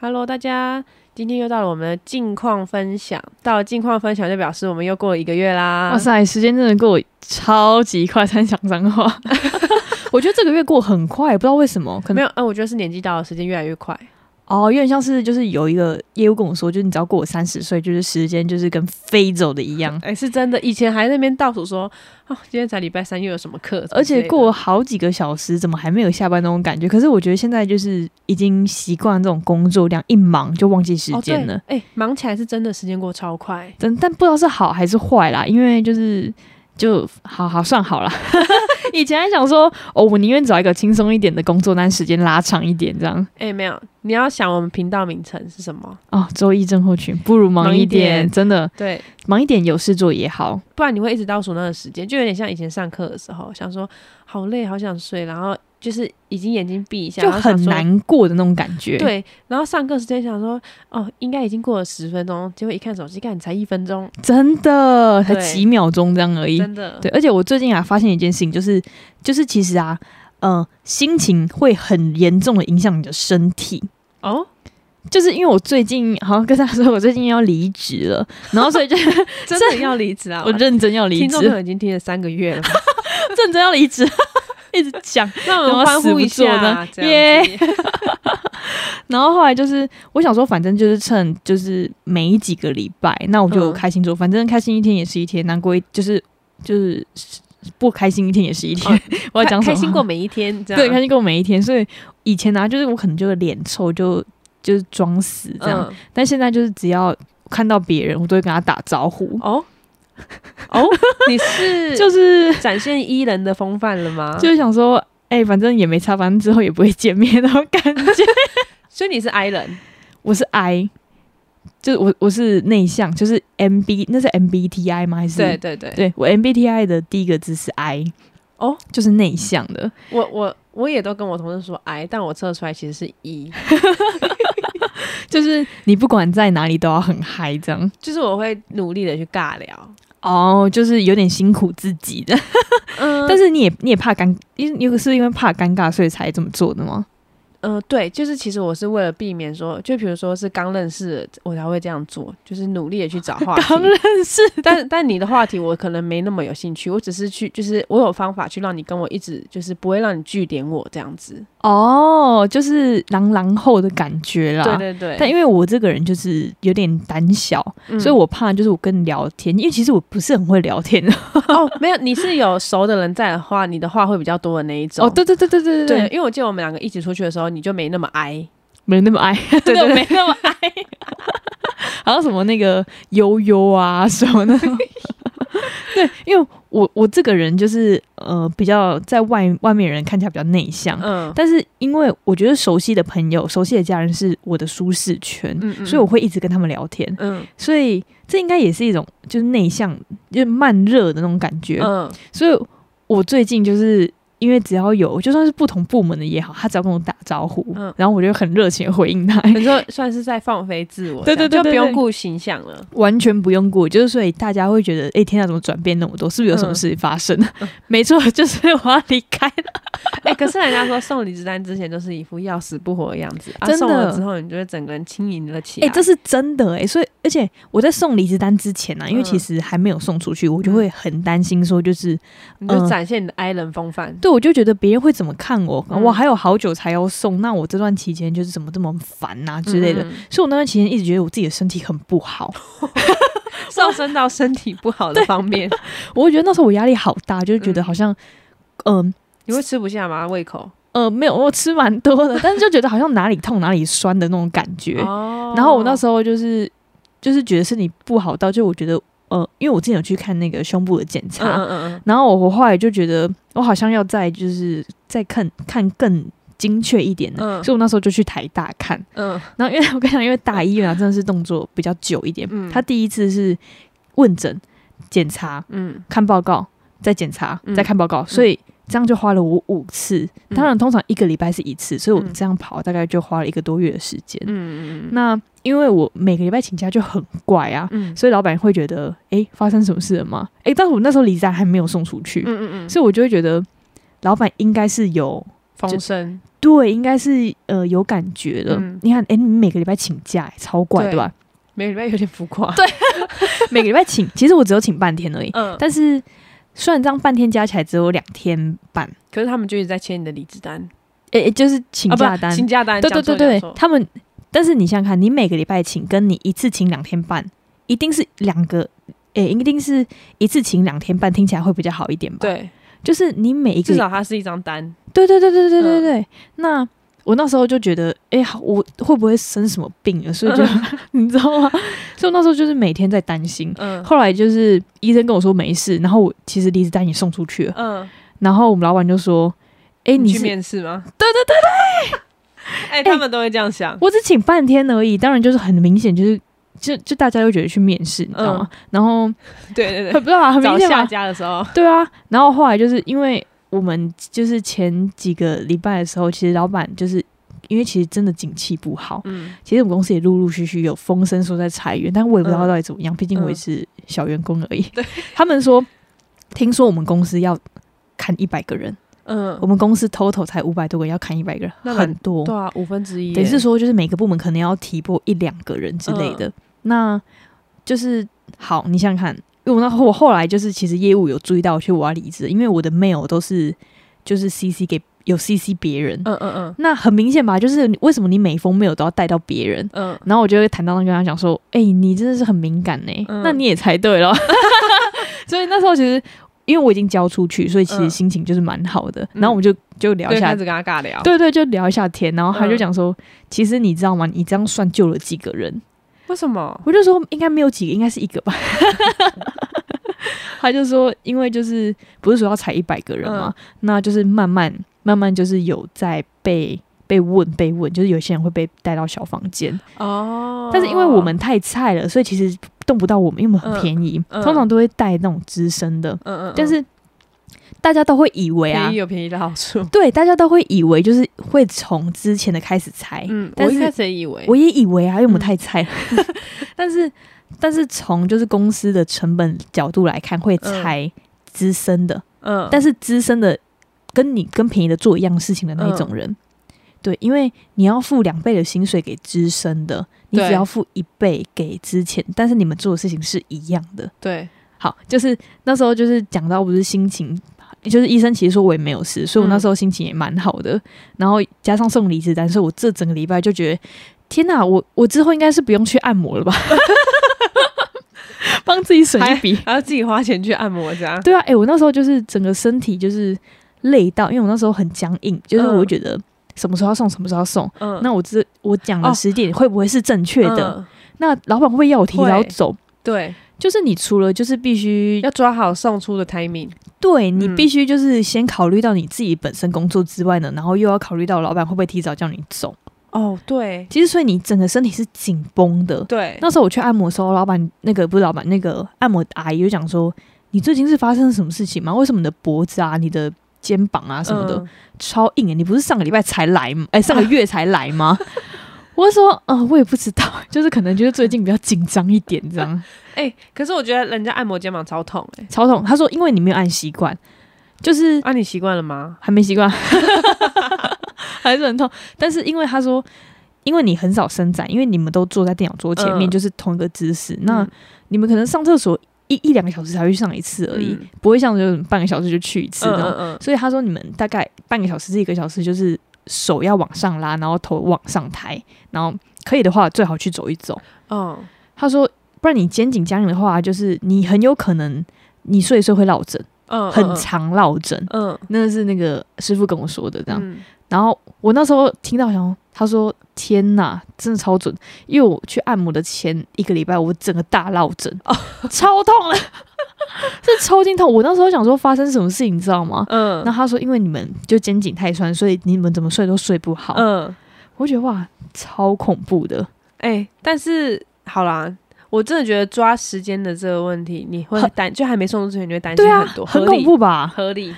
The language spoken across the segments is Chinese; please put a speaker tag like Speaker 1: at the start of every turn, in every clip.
Speaker 1: Hello，大家，今天又到了我们的近况分享。到了近况分享，就表示我们又过了一个月啦。
Speaker 2: 哇塞，时间真的过得超级快，三想脏话。 我觉得这个月过很快，不知道为什么，可
Speaker 1: 没
Speaker 2: 能
Speaker 1: 有，嗯、我觉得是年纪到了，时间越来越快。
Speaker 2: 哦，有点像是就是有一个业务跟我说，就是你只要过我三十岁，就是时间就是跟飞走的一 样。
Speaker 1: 哎、是真的，以前还在那边倒数说，哦，今天才礼拜三，又有什么课？
Speaker 2: 而且过
Speaker 1: 什么之类
Speaker 2: 了好几个小时，怎么还没有下班那种感觉？可是我觉得现在就是已经习惯这种工作量，一忙就忘记时
Speaker 1: 的
Speaker 2: 间
Speaker 1: 哦
Speaker 2: 了。
Speaker 1: 对哎、忙起来是真的，时间过超快。
Speaker 2: 真但不知道是好还是坏啦，因为就是就好好算好 啦。以前还想说，哦，我宁愿找一个轻松一点的工作，但时间拉长一点这样。
Speaker 1: 哎、没有，你要想我们频道名称是什么？
Speaker 2: 哦，周一症候群不如忙
Speaker 1: 忙一
Speaker 2: 一点，
Speaker 1: 点
Speaker 2: 真的
Speaker 1: 对，
Speaker 2: 忙一点有事做也好。
Speaker 1: 不然你会一直倒数那个时间，就有点像以前上课的时候，想说好累，好想睡，然后就是已经眼睛闭一下，
Speaker 2: 就
Speaker 1: 然后想
Speaker 2: 很
Speaker 1: 说
Speaker 2: 难过的那种感觉。，
Speaker 1: 对，然后上课时间想说，哦，应该已经过了十分钟，结果一看手机，看才一分钟，
Speaker 2: 真的才
Speaker 1: 对
Speaker 2: 几秒钟这样而已。
Speaker 1: 真的，
Speaker 2: 对，而且我最近啊发现一件事情，就是就是其实啊，嗯、心情会很严重的影响你的身体。
Speaker 1: 哦，
Speaker 2: 就是因为我最近好像跟他说，我最近要离职了，然后所以 就
Speaker 1: 真的要离职啊
Speaker 2: 我认真要离
Speaker 1: 听
Speaker 2: 职
Speaker 1: 众朋，友已经听了三个月了，
Speaker 2: 认真要离职， 一直讲。
Speaker 1: 那我
Speaker 2: 然
Speaker 1: 们
Speaker 2: 后
Speaker 1: 欢
Speaker 2: 死
Speaker 1: 呼
Speaker 2: 不
Speaker 1: 一
Speaker 2: 做
Speaker 1: 下
Speaker 2: 呢，
Speaker 1: 这样子
Speaker 2: 然后后来就是，我想说，反正就是趁就是每几个礼拜，那我就
Speaker 1: 嗯
Speaker 2: 开心做，反正开心一天也是一天，难过一就是就是不开心一天也是一 天。
Speaker 1: 哦
Speaker 2: 我要讲
Speaker 1: 开
Speaker 2: 什么
Speaker 1: 开心过每一天， 这样
Speaker 2: 对，开心过每一天。所以以前呢、就是我可能就是脸臭就就是装死这样，
Speaker 1: 嗯
Speaker 2: 但现在就是只要看到别人，我都会跟他打招呼，
Speaker 1: 哦哦，你是
Speaker 2: 就是
Speaker 1: 展现伊人的风范了吗？
Speaker 2: 就是想说，哎、反正也没差，反正之后也不会见面那种 感觉。
Speaker 1: 所以你是 I 人
Speaker 2: 我是 I，就是我我是内向，就是 MB 那是 MBTI 吗？还是
Speaker 1: 对对对，
Speaker 2: 对我 MBTI 的第一个字是 I，
Speaker 1: 哦，
Speaker 2: 就是内向的。
Speaker 1: 我我我也都跟我同事说 I，但我测出来其实是 E，
Speaker 2: 就是你不管在哪里都要很嗨这样。
Speaker 1: 就是我会努力的去尬聊，
Speaker 2: 哦，就是有点辛苦自己的，
Speaker 1: 嗯
Speaker 2: 但是你也你也怕尴，因为有是因为怕尴尬，所以才这么做的吗？
Speaker 1: 嗯、对，就是其实我是为了避免说，就比如说是刚认识的我才会这样做，就是努力的去找话题。
Speaker 2: 刚认识，
Speaker 1: 但但你的话题我可能没那么有兴趣，我只是去就是我有方法去让你跟我一直就是不会让你据点我这样子。
Speaker 2: 哦，就是狼狼后的感觉啦。
Speaker 1: 对对对，
Speaker 2: 啊但因为我这个人就是有点胆小，
Speaker 1: 嗯
Speaker 2: 所以我怕就是我跟你聊天，因为其实我不是很会聊天。
Speaker 1: 哦没有，你是有熟的人在的话，你的话会比较多的那一种。
Speaker 2: 哦，对对对对对
Speaker 1: 对，因为我记得我们两个一起出去的时候，你就没那么哀。
Speaker 2: 没那么爱，
Speaker 1: 对对
Speaker 2: 没那么爱。 还有什么那个悠悠啊 什 么的，对，因为我我这个人就是呃比较在外外面人看起来比较内向，
Speaker 1: 嗯
Speaker 2: 但是因为我觉得熟悉的朋友、熟悉的家人是我的舒适圈，
Speaker 1: 嗯嗯，
Speaker 2: 所以我会一直跟他们聊天，
Speaker 1: 嗯
Speaker 2: 所以这应该也是一种就是内向、就是慢热的那种感觉，
Speaker 1: 嗯
Speaker 2: 所以我最近就是因为只要有就算是不同部门的也好，他只要跟我打招呼，
Speaker 1: 嗯
Speaker 2: 然后我就很热情的回应他，
Speaker 1: 你说算是在放飞自我这
Speaker 2: 对
Speaker 1: 样，
Speaker 2: 对对对
Speaker 1: 就不
Speaker 2: 对
Speaker 1: 用顾形象了。
Speaker 2: 完全不用顾，就是所以大家会觉得，哎、天啊，怎么转变那么多？是不是有什么事发生？没错，就是我要离开了。
Speaker 1: 哎、可是人家说送离职单之前都是一副要死不活的样子，啊、
Speaker 2: 真的
Speaker 1: 送了之后你就会整个人轻盈了起
Speaker 2: 哎、
Speaker 1: 来。
Speaker 2: 这是真的哎、所以而且我在送离职单之前呢、啊因为
Speaker 1: 嗯
Speaker 2: 其实还没有送出去，我就会很担心，说就是，
Speaker 1: 你就
Speaker 2: 嗯
Speaker 1: 展现你的 i 人风范。
Speaker 2: 对我就觉得别人会怎么看我？
Speaker 1: 嗯
Speaker 2: 我还有好久才要送，那我这段期间就是怎么这么烦呐、之类的。
Speaker 1: 嗯，嗯
Speaker 2: 所以我那段期间一直觉得我自己的身体很不好，
Speaker 1: 嗯上升到身体不好的方面，
Speaker 2: 我会觉得那时候我压力好大，就是觉得
Speaker 1: 嗯
Speaker 2: 好像，嗯、
Speaker 1: 你会吃不下吗？胃口？
Speaker 2: 呃，没有，我吃蛮多的，但是就觉得好像哪里痛哪里酸的那种感觉。
Speaker 1: 哦
Speaker 2: 然后我那
Speaker 1: 候，
Speaker 2: 时候就是就是觉得身体不好到，就我觉得呃，因为我之前有去看那个胸部的检
Speaker 1: 嗯
Speaker 2: 查，
Speaker 1: 嗯嗯
Speaker 2: 然后我后来就觉得我好像要再就是再看看更精确一点的。
Speaker 1: 嗯
Speaker 2: 所以我那时候就去台大看，
Speaker 1: 嗯
Speaker 2: 然后因为 我跟你讲，因为大医院啊真的是动作比较久一点，
Speaker 1: 嗯
Speaker 2: 他第一次是问诊、检查、
Speaker 1: 嗯
Speaker 2: 看报告、再检查、
Speaker 1: 嗯
Speaker 2: 再看报告，所以这样就花了我五次。
Speaker 1: 嗯
Speaker 2: 当然，通常一个礼拜是一次，所以我
Speaker 1: 嗯
Speaker 2: 这样跑大概就花了一个多月的时间。
Speaker 1: 嗯嗯嗯
Speaker 2: 那因为我每个礼拜请假就很怪啊，
Speaker 1: 嗯
Speaker 2: 所以老板会觉得，诶，发生什么事了吗？诶，但是我那时候离职还没有送出去，
Speaker 1: 嗯嗯嗯，
Speaker 2: 所以我就会觉得老板应该是有
Speaker 1: 风声，
Speaker 2: 对，应该是呃有感觉的。
Speaker 1: 嗯
Speaker 2: 你看，哎、你每个礼拜请假、诶超怪
Speaker 1: 对
Speaker 2: 对吧？
Speaker 1: 每个礼拜有点浮夸。
Speaker 2: 对每个礼拜请，其实我只有请半天而已。
Speaker 1: 嗯，但
Speaker 2: 但是虽然这样半天加起来只有两天半，
Speaker 1: 可是他们就一直在签你的离职单，
Speaker 2: 诶、诶就是请
Speaker 1: 啊不
Speaker 2: 假单，
Speaker 1: 请假单，
Speaker 2: 对对
Speaker 1: 讲错
Speaker 2: 对对
Speaker 1: 讲，错
Speaker 2: 他们。但是你想想看，你每个礼拜请，跟你一次请两天半，一定是两个，诶、一定是一次请两天半，听起来会比较好一点吧？，
Speaker 1: 对，
Speaker 2: 就是你每一个
Speaker 1: 至少它是一张单，
Speaker 2: 对对对对对对
Speaker 1: 嗯
Speaker 2: 对。那我那时候就觉得，哎、呀，我会不会生什么病啊？所以就、 你知道吗？所以我那时候就是每天在担心。
Speaker 1: 嗯
Speaker 2: 后来就是医生跟我说没事，然后我其实离职单也送出去了，
Speaker 1: 嗯，
Speaker 2: 然后我们老板就说：“哎、你
Speaker 1: 你去
Speaker 2: 是
Speaker 1: 面试吗？
Speaker 2: 对对
Speaker 1: 对对，哎，他们都会这样想，
Speaker 2: 我只请半天而已，当然就是很明显就是。”就就大家都觉得去面试，你知道吗？然后
Speaker 1: 对对
Speaker 2: 很
Speaker 1: 对，
Speaker 2: 不知道啊，很
Speaker 1: 找
Speaker 2: 明显
Speaker 1: 嗯下
Speaker 2: 嘛，
Speaker 1: 家的时候，
Speaker 2: 对啊。然后后来就是因为我们就是前几个礼拜的时候，其实老板就是因为其实真的景气不好，
Speaker 1: 嗯
Speaker 2: 其实我们公司也陆陆续续有风声说在裁员，但我也不知道到底怎么
Speaker 1: 嗯
Speaker 2: 样，毕竟我也是小员工而已。 他们说，听说我们公司要砍一百个人，我
Speaker 1: 嗯，
Speaker 2: 们公司 total 才五百多个人，要砍一百个人，
Speaker 1: 那
Speaker 2: 很多。
Speaker 1: 对嗯啊，五分之一耶，
Speaker 2: 等于是说，就是每个部门可能要提拨一两个人之类的。那就是好，你想想看，因为我那我后来就是其实业务有注意到，其实我要离职，因为我的 mail 都是就是 CC 给有 CC 别人。
Speaker 1: 嗯，嗯嗯
Speaker 2: 那很明显吧，就是你为什么你每封 mail 都要带到别人？
Speaker 1: 嗯
Speaker 2: 然后我就会坦荡荡跟他讲说：“哎、你真的是很敏感呢、
Speaker 1: 嗯
Speaker 2: 那你也猜对 了。”所以那时候其实因为我已经交出去，所以其实
Speaker 1: 嗯
Speaker 2: 心情就是蛮好的。
Speaker 1: 嗯
Speaker 2: 然后我们就就聊一
Speaker 1: 对，
Speaker 2: 下
Speaker 1: 开始，跟他尬聊，，
Speaker 2: 对对，就聊一下天。然后他就
Speaker 1: 嗯
Speaker 2: 讲说：“其实你知道吗？你这样算救了几个人
Speaker 1: 为什么？”？
Speaker 2: 我就说：“应该没有几个，应该是一个 吧。”他就说：“因为就是不是说要裁一百个人嘛，
Speaker 1: 嗯
Speaker 2: 那就是慢慢慢慢就是有在被被问被问，就是有些人会被带到小房间。”
Speaker 1: 哦，
Speaker 2: 但是因为我们太菜了，所以其实动不到我们，因为我们很便宜，
Speaker 1: 嗯嗯
Speaker 2: 通常都会带那种资深的，
Speaker 1: 嗯，嗯嗯，
Speaker 2: 但是大家都会以为啊
Speaker 1: 便宜，有便宜的好处，
Speaker 2: 对，大家都会以为就是会从之前的开始裁，
Speaker 1: 嗯，
Speaker 2: 哎但
Speaker 1: 我
Speaker 2: 是
Speaker 1: 一开始也以为，
Speaker 2: 我也以为啊，因为我们
Speaker 1: 嗯
Speaker 2: 太菜了， 但是但是从就是公司的成本角度来看，会裁资深的，
Speaker 1: 嗯，
Speaker 2: 但
Speaker 1: 是
Speaker 2: 是资深的跟你跟便宜的做一样事情的那种人。
Speaker 1: 嗯
Speaker 2: 对，因为你要付两倍的薪水给资深的，你
Speaker 1: 对
Speaker 2: 只要付一倍给之前，但是你们做的事情是一样的。
Speaker 1: 对，
Speaker 2: 好，就是那时候就是讲到不是心情，就是医生其实说我也没有事，所以我那
Speaker 1: 嗯
Speaker 2: 时候心情也蛮好的。然后加上送离职单，所以我这整个礼拜就觉得，天哪，我我之后应该是不用去按摩了吧， 帮自己省一笔。
Speaker 1: 然后自己花钱去按摩这样，
Speaker 2: 对啊，哎、我那时候就是整个身体就是累到，因为我那时候很僵硬，就是
Speaker 1: 嗯
Speaker 2: 我会觉得什么时候要送，什么时候要送。
Speaker 1: 嗯，
Speaker 2: 那我这我讲的
Speaker 1: 哦
Speaker 2: 时点会不会是正确的？
Speaker 1: 嗯，
Speaker 2: 那老板会不会要我提早
Speaker 1: 会
Speaker 2: 走？
Speaker 1: 对，
Speaker 2: 就是你除了就是必须
Speaker 1: 要抓好送出的 timing，
Speaker 2: 对你
Speaker 1: 嗯
Speaker 2: 必须就是先考虑到你自己本身工作之外呢，然后又要考虑到老板会不会提早叫你走。
Speaker 1: 哦，对
Speaker 2: 其实所以你整个身体是紧绷的。
Speaker 1: 对，
Speaker 2: 那时候我去按摩的时候，老板那个不是老板那个按摩阿姨就讲说：“你最近是发生了什么事情吗？为什么你的脖子啊、你的肩膀啊什么的、
Speaker 1: 嗯，
Speaker 2: 超硬、欸？你不是上个礼拜才来吗？哎、上个月才来吗？” 我就说：“嗯、我也不知道，就是可能就是最近比较紧张一点这样。
Speaker 1: 哎，可是我觉得人家按摩肩膀超痛，哎”，
Speaker 2: 超痛，他说：“因为你没有按习惯，就是
Speaker 1: 啊，你习惯了吗？
Speaker 2: 还没习惯， 还是很痛。但是因为他说，因为你很少伸展，因为你们都坐在电脑桌前面，
Speaker 1: 嗯
Speaker 2: 就是同一个姿势，那
Speaker 1: 嗯
Speaker 2: 你们可能上厕所一一两个小时才会去上一次而已，
Speaker 1: 嗯
Speaker 2: 不会像就是半个小时就去一次
Speaker 1: 嗯
Speaker 2: 那种。
Speaker 1: 嗯嗯，
Speaker 2: 所以他说，你们大概半个小时至一个小时，就是手要往上拉，然后头往上抬，然后可以的话最好去走一走。
Speaker 1: 哦，
Speaker 2: 他说，不然你肩颈僵硬的话，就是你很有可能你睡一睡会落枕，
Speaker 1: 嗯，
Speaker 2: 很长落枕。
Speaker 1: 嗯，
Speaker 2: 那是那个师傅跟我说的，这样。
Speaker 1: 嗯，
Speaker 2: 然后我那时候听到，想说他说：“天哪，真的超准！”因为我去按摩的前一个礼拜，我整个大落枕，
Speaker 1: 哦
Speaker 2: 超痛了， 是抽筋痛。我那时候想说发生什么事情，你知道吗？
Speaker 1: 嗯，
Speaker 2: 然后他说，因为你们就肩颈太酸，所以你们怎么睡都睡不好。
Speaker 1: 嗯，
Speaker 2: 我觉得哇，超恐怖的。
Speaker 1: 哎，但是好啦。我真的觉得抓时间的这个问题，你会
Speaker 2: 很
Speaker 1: 担，就还没送出去，你会担
Speaker 2: 对
Speaker 1: 心
Speaker 2: 啊，
Speaker 1: 多，
Speaker 2: 很
Speaker 1: 合
Speaker 2: 恐
Speaker 1: 理，
Speaker 2: 怖吧？
Speaker 1: 合理，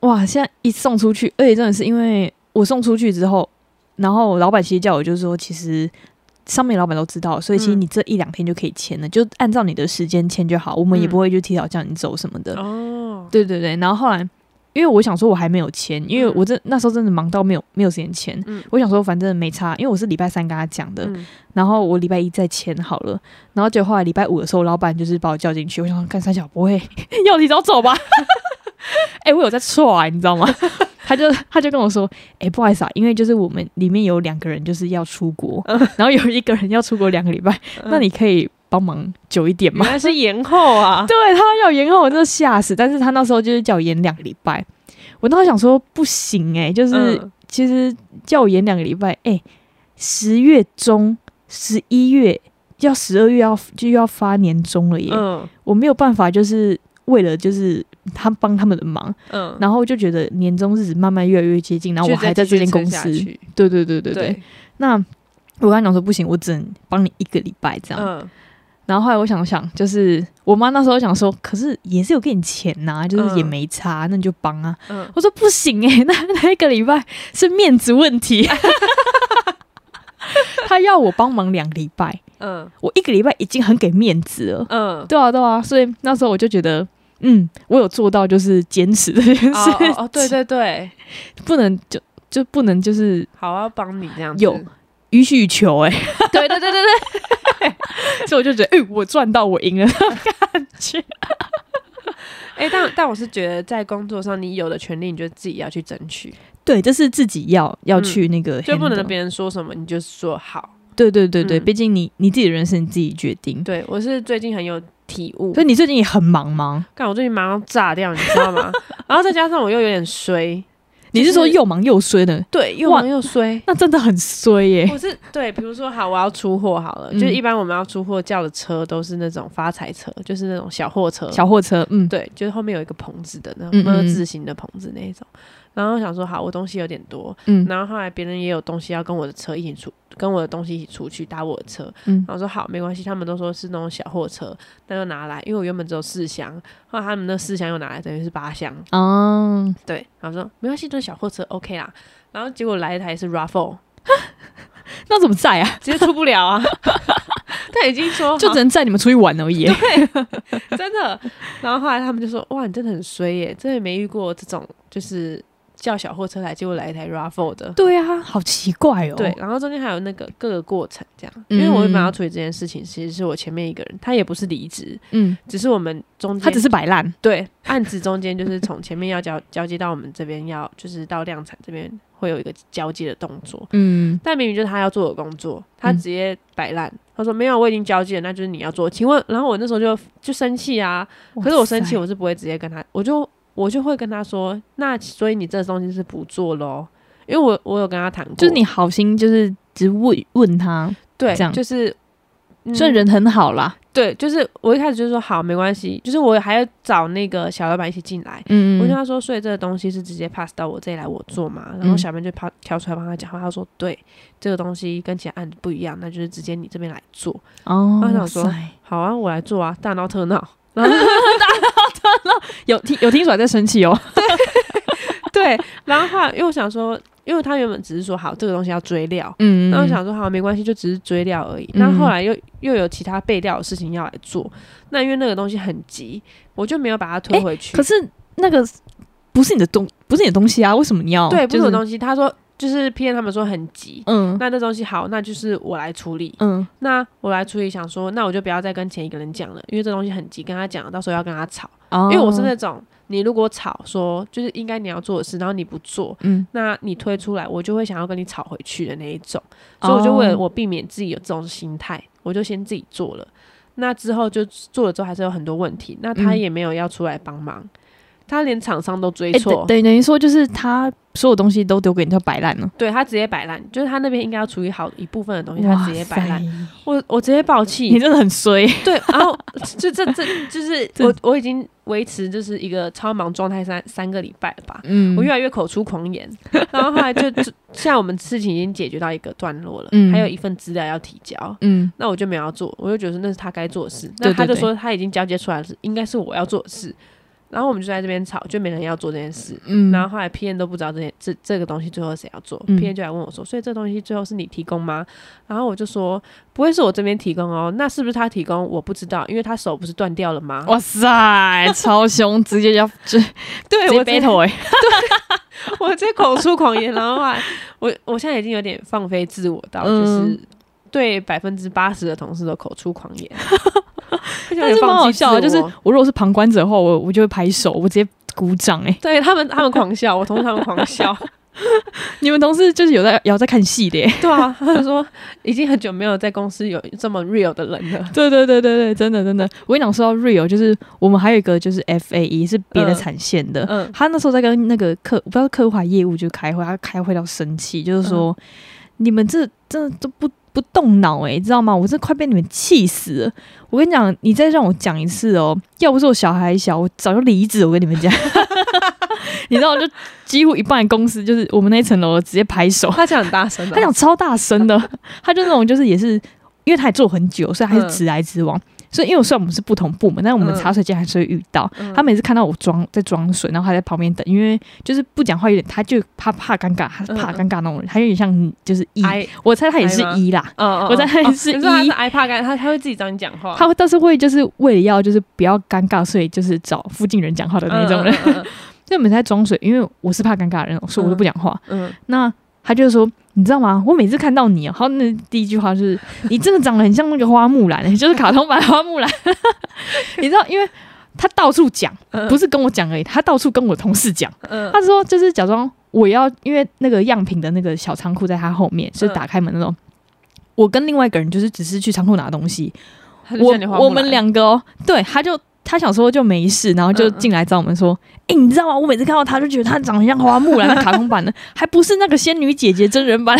Speaker 2: 哇，现在一送出去，而且真的是因为我送出去之后，然后老板其实叫我就是说，其实上面老板都知道，所以其实
Speaker 1: 嗯
Speaker 2: 你这一两天就可以签了，就按照你的时间签就好，我们也
Speaker 1: 嗯
Speaker 2: 不会就提早叫你走什么的。
Speaker 1: 哦，
Speaker 2: 对对对，然后后来。因为我想说我还没有签，因为
Speaker 1: 嗯
Speaker 2: 我这那时候真的忙到没有没有时间签。
Speaker 1: 嗯
Speaker 2: 我想说反正没差，因为我是礼拜三跟他讲的，
Speaker 1: 嗯
Speaker 2: 然后我礼拜一再签好了，然后结果后来礼拜五的时候，老板就是把我叫进去，我想说干三小不会 要提早走吧？ 哎、我有在错啊，你知道吗？ 他就他就跟我说，哎、不好意思啊，因为就是我们里面有两个人就是要出国，然后有一个人要出国两个礼拜，那你可以帮忙久一点吗
Speaker 1: 原？来是延后啊，
Speaker 2: 对他要延后，我真的吓死。但是他那时候就是叫我延两个礼拜，我那时候想说不行哎、 就是、
Speaker 1: 嗯
Speaker 2: 其实叫我延两个礼拜，哎、十月中、十一月要十二月要就要发年终了耶，
Speaker 1: 嗯
Speaker 2: 我没有办法，就是为了就是他帮他们的忙，
Speaker 1: 嗯，
Speaker 2: 然后就觉得年终日子慢慢越来越接近，然后我
Speaker 1: 就
Speaker 2: 还
Speaker 1: 再
Speaker 2: 在
Speaker 1: 继
Speaker 2: 这
Speaker 1: 续
Speaker 2: 间
Speaker 1: 撑
Speaker 2: 公
Speaker 1: 下
Speaker 2: 司，
Speaker 1: 去
Speaker 2: 对对对对对。那我跟他讲说不行，我只能帮你一个礼拜这样。
Speaker 1: 嗯
Speaker 2: 然后后来我想想，就是我妈那时候想说，可是也是有给你钱呐、就是也没差，那你就帮啊。
Speaker 1: 嗯，
Speaker 2: 我说不行诶、 那那一个礼拜是面子问 题。他要我帮忙两个礼拜，
Speaker 1: 嗯
Speaker 2: 我一个礼拜已经很给面子了。
Speaker 1: 嗯，
Speaker 2: 对啊，对啊，所以那时候我就觉得，嗯，我有做到就是坚持这件事，
Speaker 1: 哦哦哦，对对对，
Speaker 2: 不能就就不能就是
Speaker 1: 好，我要帮你这样子，
Speaker 2: 有 予取予求 诶、
Speaker 1: 对对对对对，
Speaker 2: 所以我就觉得，哎、我赚到我 赢了的感觉。
Speaker 1: 哎，但但我是觉得在工作上，你有的权利，你就自己要去争取，
Speaker 2: 对，这是自己要要
Speaker 1: 嗯
Speaker 2: 去那个 handle、
Speaker 1: 就不能别人说什么你就说好。
Speaker 2: 对对对对，
Speaker 1: 嗯
Speaker 2: 毕竟你你自己的人生你自己决定。
Speaker 1: 对我是最近很有体悟
Speaker 2: 所，以你最近也很忙吗？
Speaker 1: 看我最近忙到炸掉，你知道吗？然后再加上我又有点衰，
Speaker 2: 你是说又忙又衰的？
Speaker 1: 对，又
Speaker 2: 哇
Speaker 1: 忙又衰。
Speaker 2: 那真的很衰耶、
Speaker 1: 我是对，比如说好，我要出货好了，
Speaker 2: 嗯
Speaker 1: 就是一般我们要出货叫的车都是那种发财车，就是那种小货车，
Speaker 2: 小货车，嗯，
Speaker 1: 对，就是后面有一个棚子的那
Speaker 2: 嗯
Speaker 1: 种么
Speaker 2: 嗯
Speaker 1: 字形的棚子那一种。然后我想说好，我东西有点多，
Speaker 2: 嗯
Speaker 1: 然后后来别人也有东西要跟我的车一起出，跟我的东西一起出去搭我的车，
Speaker 2: 嗯
Speaker 1: 然，后说好，没关系，他们都说是那种小货车，那就拿来，因为我原本只有四箱，后来他们那四箱又拿来，等于是八箱，
Speaker 2: 啊，
Speaker 1: 对，然后说没关系，都是小货车，OK 啦。然后结果来一台是 RAV4，
Speaker 2: 那怎么 载啊？
Speaker 1: 直接出不了啊，他已经说
Speaker 2: 就只能载你们出去玩而已耶、
Speaker 1: 好真的。然后后来他们就说哇，你真的很衰耶，真的没遇过这种就是叫小货车来，结果来一台 RAV4 的。
Speaker 2: 对啊，好奇怪哦。
Speaker 1: 对，，然后中间还有那个各个过程这样，
Speaker 2: 嗯
Speaker 1: 因为我原本要处理这件事情，其实是我前面一个人，他也不是离职，
Speaker 2: 嗯，
Speaker 1: 只是我们中间
Speaker 2: 他只是摆烂，
Speaker 1: 对，案子中间就是从前面要交交接到我们这边要，就是到量产这边会有一个交接的动作。
Speaker 2: 嗯，
Speaker 1: 但明明就是他要做的工作，他
Speaker 2: 嗯
Speaker 1: 直接摆烂，他说没有，啊我已经交接了，那就是你要做。请问，然后我那时候就就生气啊，可是我生气，
Speaker 2: 哇塞，
Speaker 1: 我是不会直接跟他，我就我就会跟他说，那所以你这东西是不做咯，因为我我有跟他谈过，
Speaker 2: 就是你好心，就是只问问他，
Speaker 1: 对
Speaker 2: 这样，
Speaker 1: 就是。嗯
Speaker 2: 虽然人很好啦，
Speaker 1: 对，就是我一开始就说好，没关系，就是我还要找那个小老板一起进来，
Speaker 2: 嗯，
Speaker 1: 我就跟他说，所以这个东西是直接 pass 到我这里来我做嘛，然后
Speaker 2: 嗯
Speaker 1: 小编就挑挑出来帮他讲话，他说对，这个东西跟其他案子不一样，那就是直接你这边来做。
Speaker 2: 哦，
Speaker 1: 他想
Speaker 2: 哇
Speaker 1: 说
Speaker 2: 塞
Speaker 1: 好啊，我来做啊，大闹特闹。
Speaker 2: 有听有听出来在生气哦，
Speaker 1: 对，然后后来因为我想说，因为他原本只是说好这个东西要追料，
Speaker 2: 嗯，
Speaker 1: 那我想说好没关系，就只是追料而已。
Speaker 2: 嗯
Speaker 1: 那后来又又有其他备料的事情要来做，那因为那个东西很急，我就没有把它推
Speaker 2: 诶
Speaker 1: 回去。
Speaker 2: 可是那个不是你的东，不是你的东西啊，为什么你要？
Speaker 1: 对，不
Speaker 2: 就是
Speaker 1: 我
Speaker 2: 是
Speaker 1: 的东西，他说就是骗他们说很急。
Speaker 2: 嗯
Speaker 1: 那这东西好，那就是我来处理。
Speaker 2: 嗯
Speaker 1: 那我来处理，想说，那我就不要再跟前一个人讲了，因为这东西很急，跟他讲，到时候要跟他吵。
Speaker 2: 哦
Speaker 1: 因为我是那种，你如果吵说就是应该你要做的事，然后你不做，
Speaker 2: 嗯，
Speaker 1: 那你推出来，我就会想要跟你吵回去的那一种。所以我就为了
Speaker 2: 哦
Speaker 1: 我避免自己有这种心态，我就先自己做了。那之后就做了之后还是有很多问题，那他
Speaker 2: 嗯
Speaker 1: 也没有要出来帮忙，他连厂商都追
Speaker 2: 哎
Speaker 1: 错，
Speaker 2: 等等等于说就是他所有东西都丢给你，他摆烂了，
Speaker 1: 对他直接摆烂，就是他那边应该要处理好一部分的东西，
Speaker 2: 哇
Speaker 1: 他直接摆烂，
Speaker 2: 塞，
Speaker 1: 我我直接爆气，
Speaker 2: 你真的很衰，
Speaker 1: 对，然后就这这就是
Speaker 2: 这
Speaker 1: 我我已经维持就是一个超忙状态三三个礼拜了吧，
Speaker 2: 嗯
Speaker 1: 我越来越口出狂言， 然后后来就就现在我们事情已经解决到一个段落了，
Speaker 2: 嗯
Speaker 1: 还有一份资料要提交。
Speaker 2: 嗯
Speaker 1: 那我就没有要做，我就觉得那是他该做的事。
Speaker 2: 对
Speaker 1: 那他
Speaker 2: 对
Speaker 1: 就
Speaker 2: 对
Speaker 1: 说他已经交接出来了，应该是我要做的事。然后我们就在这边吵，就没人要做这件事。
Speaker 2: 嗯，
Speaker 1: 然后后来 P N 都不知道这件这这个东西最后谁要做、
Speaker 2: 嗯
Speaker 1: p N 就来问我说：“所以这东西最后是你提供吗？”然后我就说：“不会是我这边提供哦，那是不是他提供？我不知道，因为他手不是断掉了吗？”
Speaker 2: 哇塞，超凶，直接要 直
Speaker 1: 对
Speaker 2: 接
Speaker 1: 我直接
Speaker 2: battle 哎，
Speaker 1: 我直接口出狂言，然后后来 我我现在已经有点放飞自我到，
Speaker 2: 嗯
Speaker 1: 就是对百分之八十的同事都口出狂 言，
Speaker 2: 但是蛮好笑的，就是我如果是旁观者的话，我我就会拍手，我直接鼓掌 哎。
Speaker 1: 对他们他们狂笑，我同事他们狂笑。
Speaker 2: 你们同事就是有在也有在看戏的耶，欸
Speaker 1: 对啊，他就说已经很久没有在公司有这么 real 的人了。
Speaker 2: 对对对对对，真的真的。我跟你讲，说到 real，就是我们还有一个就是 FAE 是别的产线的，
Speaker 1: 嗯
Speaker 2: 他那时候在跟那个客，我不知道客户还业务就开会，他开会到生气，就是
Speaker 1: 嗯
Speaker 2: 说、你们这真的都不不动脑诶、知道吗？我真的快被你们气死了。我跟你讲，你再让我讲一次哦，要不是我小孩小，我早就离职。我跟你 们讲，你知道，就几乎一半的公司就是我们那一层楼直接拍手，
Speaker 1: 他讲很大声、哦，
Speaker 2: 他讲超大声的，他就那种就是也是，因为他也做很久，所以他是
Speaker 1: 嗯
Speaker 2: 直来直往。所以因为虽然我们是不同部门，但我们
Speaker 1: 嗯
Speaker 2: 茶水间还是会遇到。
Speaker 1: 嗯
Speaker 2: 他每次看到我装在装水，然后还在旁边等，因为就是不讲话有点，他就怕怕尴尬，他是怕
Speaker 1: 嗯哎
Speaker 2: 尴尬那种人，他有点像就是一，
Speaker 1: I
Speaker 2: 我猜他也是
Speaker 1: ，I 吗
Speaker 2: 一啦。
Speaker 1: 哦哦，
Speaker 2: 我在
Speaker 1: 哦
Speaker 2: 是
Speaker 1: 你说他
Speaker 2: 一
Speaker 1: 是 I 怕干，他他会自己找你讲话，
Speaker 2: 他会但是会就是为了要就是不要尴尬，所以就是找附近人讲话的那种人。
Speaker 1: 嗯嗯
Speaker 2: 所以我每次在装水，因为我是怕尴尬的人，所以我都不讲话。
Speaker 1: 嗯嗯
Speaker 2: 那他就说，你知道吗？我每次看到你、哦，他那第一句话就是，你真的长得很像那个花木兰、 就是卡通版花木兰。 你知道，因为他到处讲，
Speaker 1: 嗯
Speaker 2: 不是跟我讲而已，他到处跟我同事讲。
Speaker 1: 嗯
Speaker 2: 他说，就是假装我要，因为那个样品的那个小仓库在他后面，
Speaker 1: 嗯
Speaker 2: 就是打开门那种。我跟另外一个人就是只是去仓库拿东西，
Speaker 1: 他就
Speaker 2: 我
Speaker 1: 叫你花木兰
Speaker 2: 我们两个哦，对，他就他想说就没事，然后就
Speaker 1: 嗯嗯
Speaker 2: 进来找我们说，哎、你知道吗？我每次看到他就觉得他长得像花木兰的卡通版的，还不是那个仙女姐姐真人版。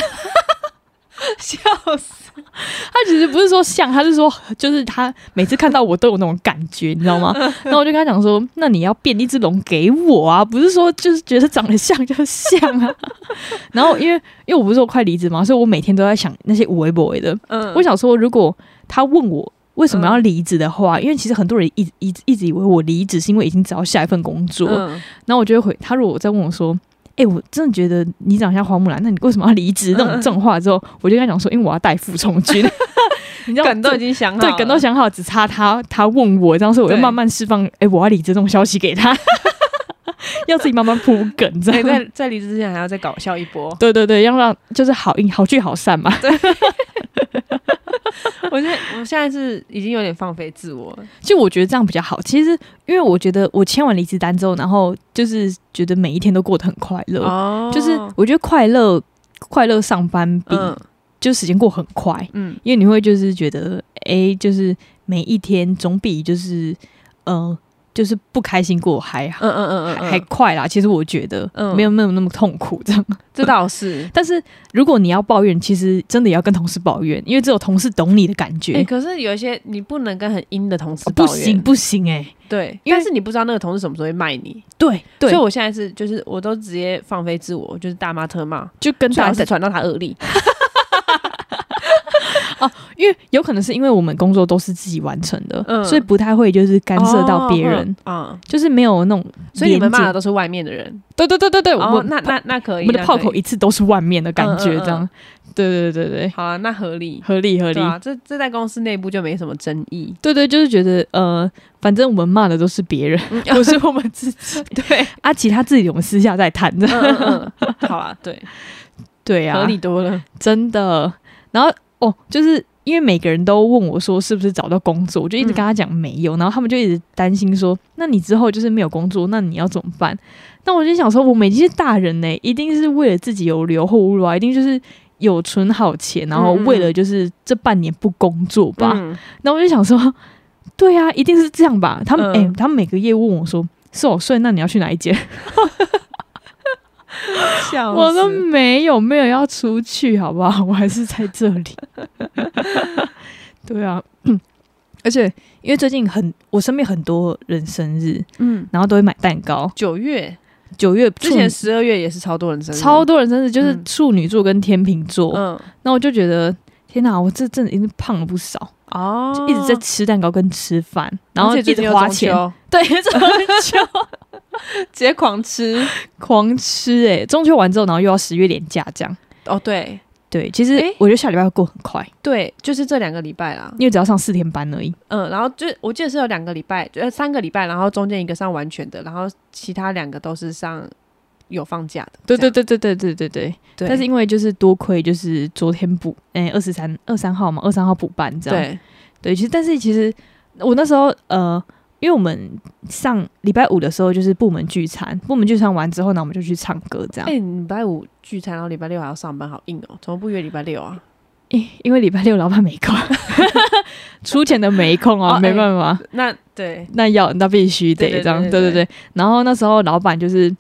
Speaker 1: 笑死，
Speaker 2: 他其实不是说像，他是说就是他每次看到我都有那种感觉，你知道吗？然后我就跟他讲说，那你要变一只龙给我啊，不是说就是觉得长得像就像啊。然后因为因为我不是说快离职嘛，所以我每天都在想那些无为不为的，
Speaker 1: 嗯
Speaker 2: 我想说，如果他问我为什么要离职的话，因为其实很多人一直一直一直以为我离职是因为已经找到下一份工作，
Speaker 1: 嗯
Speaker 2: 然后我就会回他。如果再问我说：“哎、我真的觉得你长得像花木兰，那你为什么要离职？”那种
Speaker 1: 嗯
Speaker 2: 这种话之后，我就跟他讲说：“因为我要代父 从军。” 你知道
Speaker 1: 梗都已
Speaker 2: 这
Speaker 1: 经想好
Speaker 2: 对
Speaker 1: 了，
Speaker 2: 梗都想好，只差他他问我，这样所以我就
Speaker 1: 对
Speaker 2: 慢慢释放哎、我要离职这种消息 给他，要自己慢慢铺梗，这
Speaker 1: 哎
Speaker 2: 样
Speaker 1: 在在离职之前还要再搞笑一波。
Speaker 2: 对对对，要让就是好应好聚好散嘛。
Speaker 1: 我现在我现在是已经有点放飞自我了，
Speaker 2: 就我觉得这样比较好。其实，因为我觉得我签完离职单之后，然后就是觉得每一天都过得很快乐，
Speaker 1: 哦
Speaker 2: 就是我觉得快乐快乐上班比、
Speaker 1: 嗯
Speaker 2: 就时间过很快，
Speaker 1: 嗯
Speaker 2: 因为你会就是觉得，哎、就是每一天总比就是呃，就是不开心过还好。
Speaker 1: 嗯嗯嗯嗯，
Speaker 2: 还
Speaker 1: 嗯
Speaker 2: 还快啦，其实我觉得
Speaker 1: 嗯
Speaker 2: 没有没有那么痛苦这样。
Speaker 1: 这倒是。
Speaker 2: 但是如果你要抱怨，其实真的也要跟同事抱怨，因为只有同事懂你的感觉。
Speaker 1: 哎、可是有一些你不能跟很阴的同事
Speaker 2: 哦
Speaker 1: 抱
Speaker 2: 不
Speaker 1: 怨，
Speaker 2: 行不行哎、
Speaker 1: 对，
Speaker 2: 因为
Speaker 1: 但是你不知道那个同事什么时候会卖你，
Speaker 2: 对对，
Speaker 1: 所以我现在是就是我都直接放飞自我，就是大骂特骂，
Speaker 2: 就跟
Speaker 1: 最
Speaker 2: 大
Speaker 1: 好
Speaker 2: 家
Speaker 1: 是传到他耳里。
Speaker 2: 因为有可能是因为我们工作都是自己完成的，
Speaker 1: 嗯
Speaker 2: 所以不太会就是干涉到别人，
Speaker 1: 啊、嗯
Speaker 2: 就是没有那种连接。
Speaker 1: 所以你们骂的都是外面的人。
Speaker 2: 对对对对对，我
Speaker 1: 哦，
Speaker 2: 们
Speaker 1: 那那那可
Speaker 2: 我
Speaker 1: 以，
Speaker 2: 们的
Speaker 1: 那
Speaker 2: 炮
Speaker 1: 可以
Speaker 2: 口一次都是外面的感觉，
Speaker 1: 嗯嗯嗯
Speaker 2: 这样。对对对对对，
Speaker 1: 好啊，那合理，
Speaker 2: 合理合理。
Speaker 1: 对啊，这这在公司内部就没什么争议。
Speaker 2: 对对，就是觉得呃，反正我们骂的都是别人，
Speaker 1: 嗯
Speaker 2: 不是我们自己
Speaker 1: 对，
Speaker 2: 啊，其他自己我们私下再谈的。
Speaker 1: 嗯嗯嗯，好 啊，对，
Speaker 2: 对
Speaker 1: 合
Speaker 2: 啊，
Speaker 1: 理多了。
Speaker 2: 真的。然后哦，就是因为每个人都问我说是不是找到工作，我就一直跟他讲没
Speaker 1: 嗯
Speaker 2: 有，然后他们就一直担心说，那你之后就是没有工作，那你要怎么办？那我就想说，我们已经是大人呢、一定是为了自己有留后路啊，一定就是有存好钱，然后
Speaker 1: 嗯嗯嗯
Speaker 2: 为了就是这半年不工作吧。
Speaker 1: 嗯
Speaker 2: 那我就想说，对啊，一定是这样吧？他们哎、
Speaker 1: 嗯
Speaker 2: 他们每个业务问我说。是哦，所以那你要去哪一间？
Speaker 1: 笑
Speaker 2: 我
Speaker 1: 死
Speaker 2: 说没有，没有要出去，好不好？ 我还是在这里。 对啊， 而且因为最近很，我身边很多人生日，
Speaker 1: 嗯，
Speaker 2: 然后都会买蛋糕。
Speaker 1: 九月
Speaker 2: 九月
Speaker 1: 之
Speaker 2: 处女
Speaker 1: 前十二月也是超多人生日，
Speaker 2: 超多人生日，就是
Speaker 1: 嗯
Speaker 2: 处女座跟天秤座。
Speaker 1: 嗯，
Speaker 2: 那我就觉得，天哪，我这阵子已经胖了不少，
Speaker 1: 哦
Speaker 2: 就一直在吃蛋糕跟吃饭，然后
Speaker 1: 而且
Speaker 2: 一
Speaker 1: 最近
Speaker 2: 直
Speaker 1: 又
Speaker 2: 花
Speaker 1: 中
Speaker 2: 钱，
Speaker 1: 秋
Speaker 2: 对，这种就
Speaker 1: 直哦 接狂吃。
Speaker 2: 狂吃哎、中秋完之后，然后又要十月连假这样。
Speaker 1: 哦，对
Speaker 2: 对，其实
Speaker 1: 诶
Speaker 2: 我觉得下礼拜会过很快，
Speaker 1: 对，就是这两个礼拜啦。
Speaker 2: 因为只要上四天班而已。
Speaker 1: 嗯，然后就我记得是有两个礼拜，呃，三个礼拜，然后中间一个上完全的，然后其他两个都是上有放假的。
Speaker 2: 对
Speaker 1: 这
Speaker 2: 对
Speaker 1: 样
Speaker 2: 对对对对对对。
Speaker 1: 对，
Speaker 2: 但是因为就是多亏就是昨天补，哎、二十三二三号嘛，二三号补办这样。
Speaker 1: 对
Speaker 2: 对，其实但是其实我那时候呃，因为我们上礼拜五的时候就是部门聚餐，部门聚餐完之后呢，我们就去唱歌这样。
Speaker 1: 哎、你礼拜五聚餐，然后礼拜六还要上班，好硬哦！怎么不约礼拜六啊？
Speaker 2: 因因为礼拜六老板没空， 出钱的没空哦，
Speaker 1: 哦
Speaker 2: 没办法，
Speaker 1: 那对，
Speaker 2: 那要那必须得
Speaker 1: 对对
Speaker 2: 这样，
Speaker 1: 对
Speaker 2: 对
Speaker 1: 对
Speaker 2: 对对。然后那时候老板就是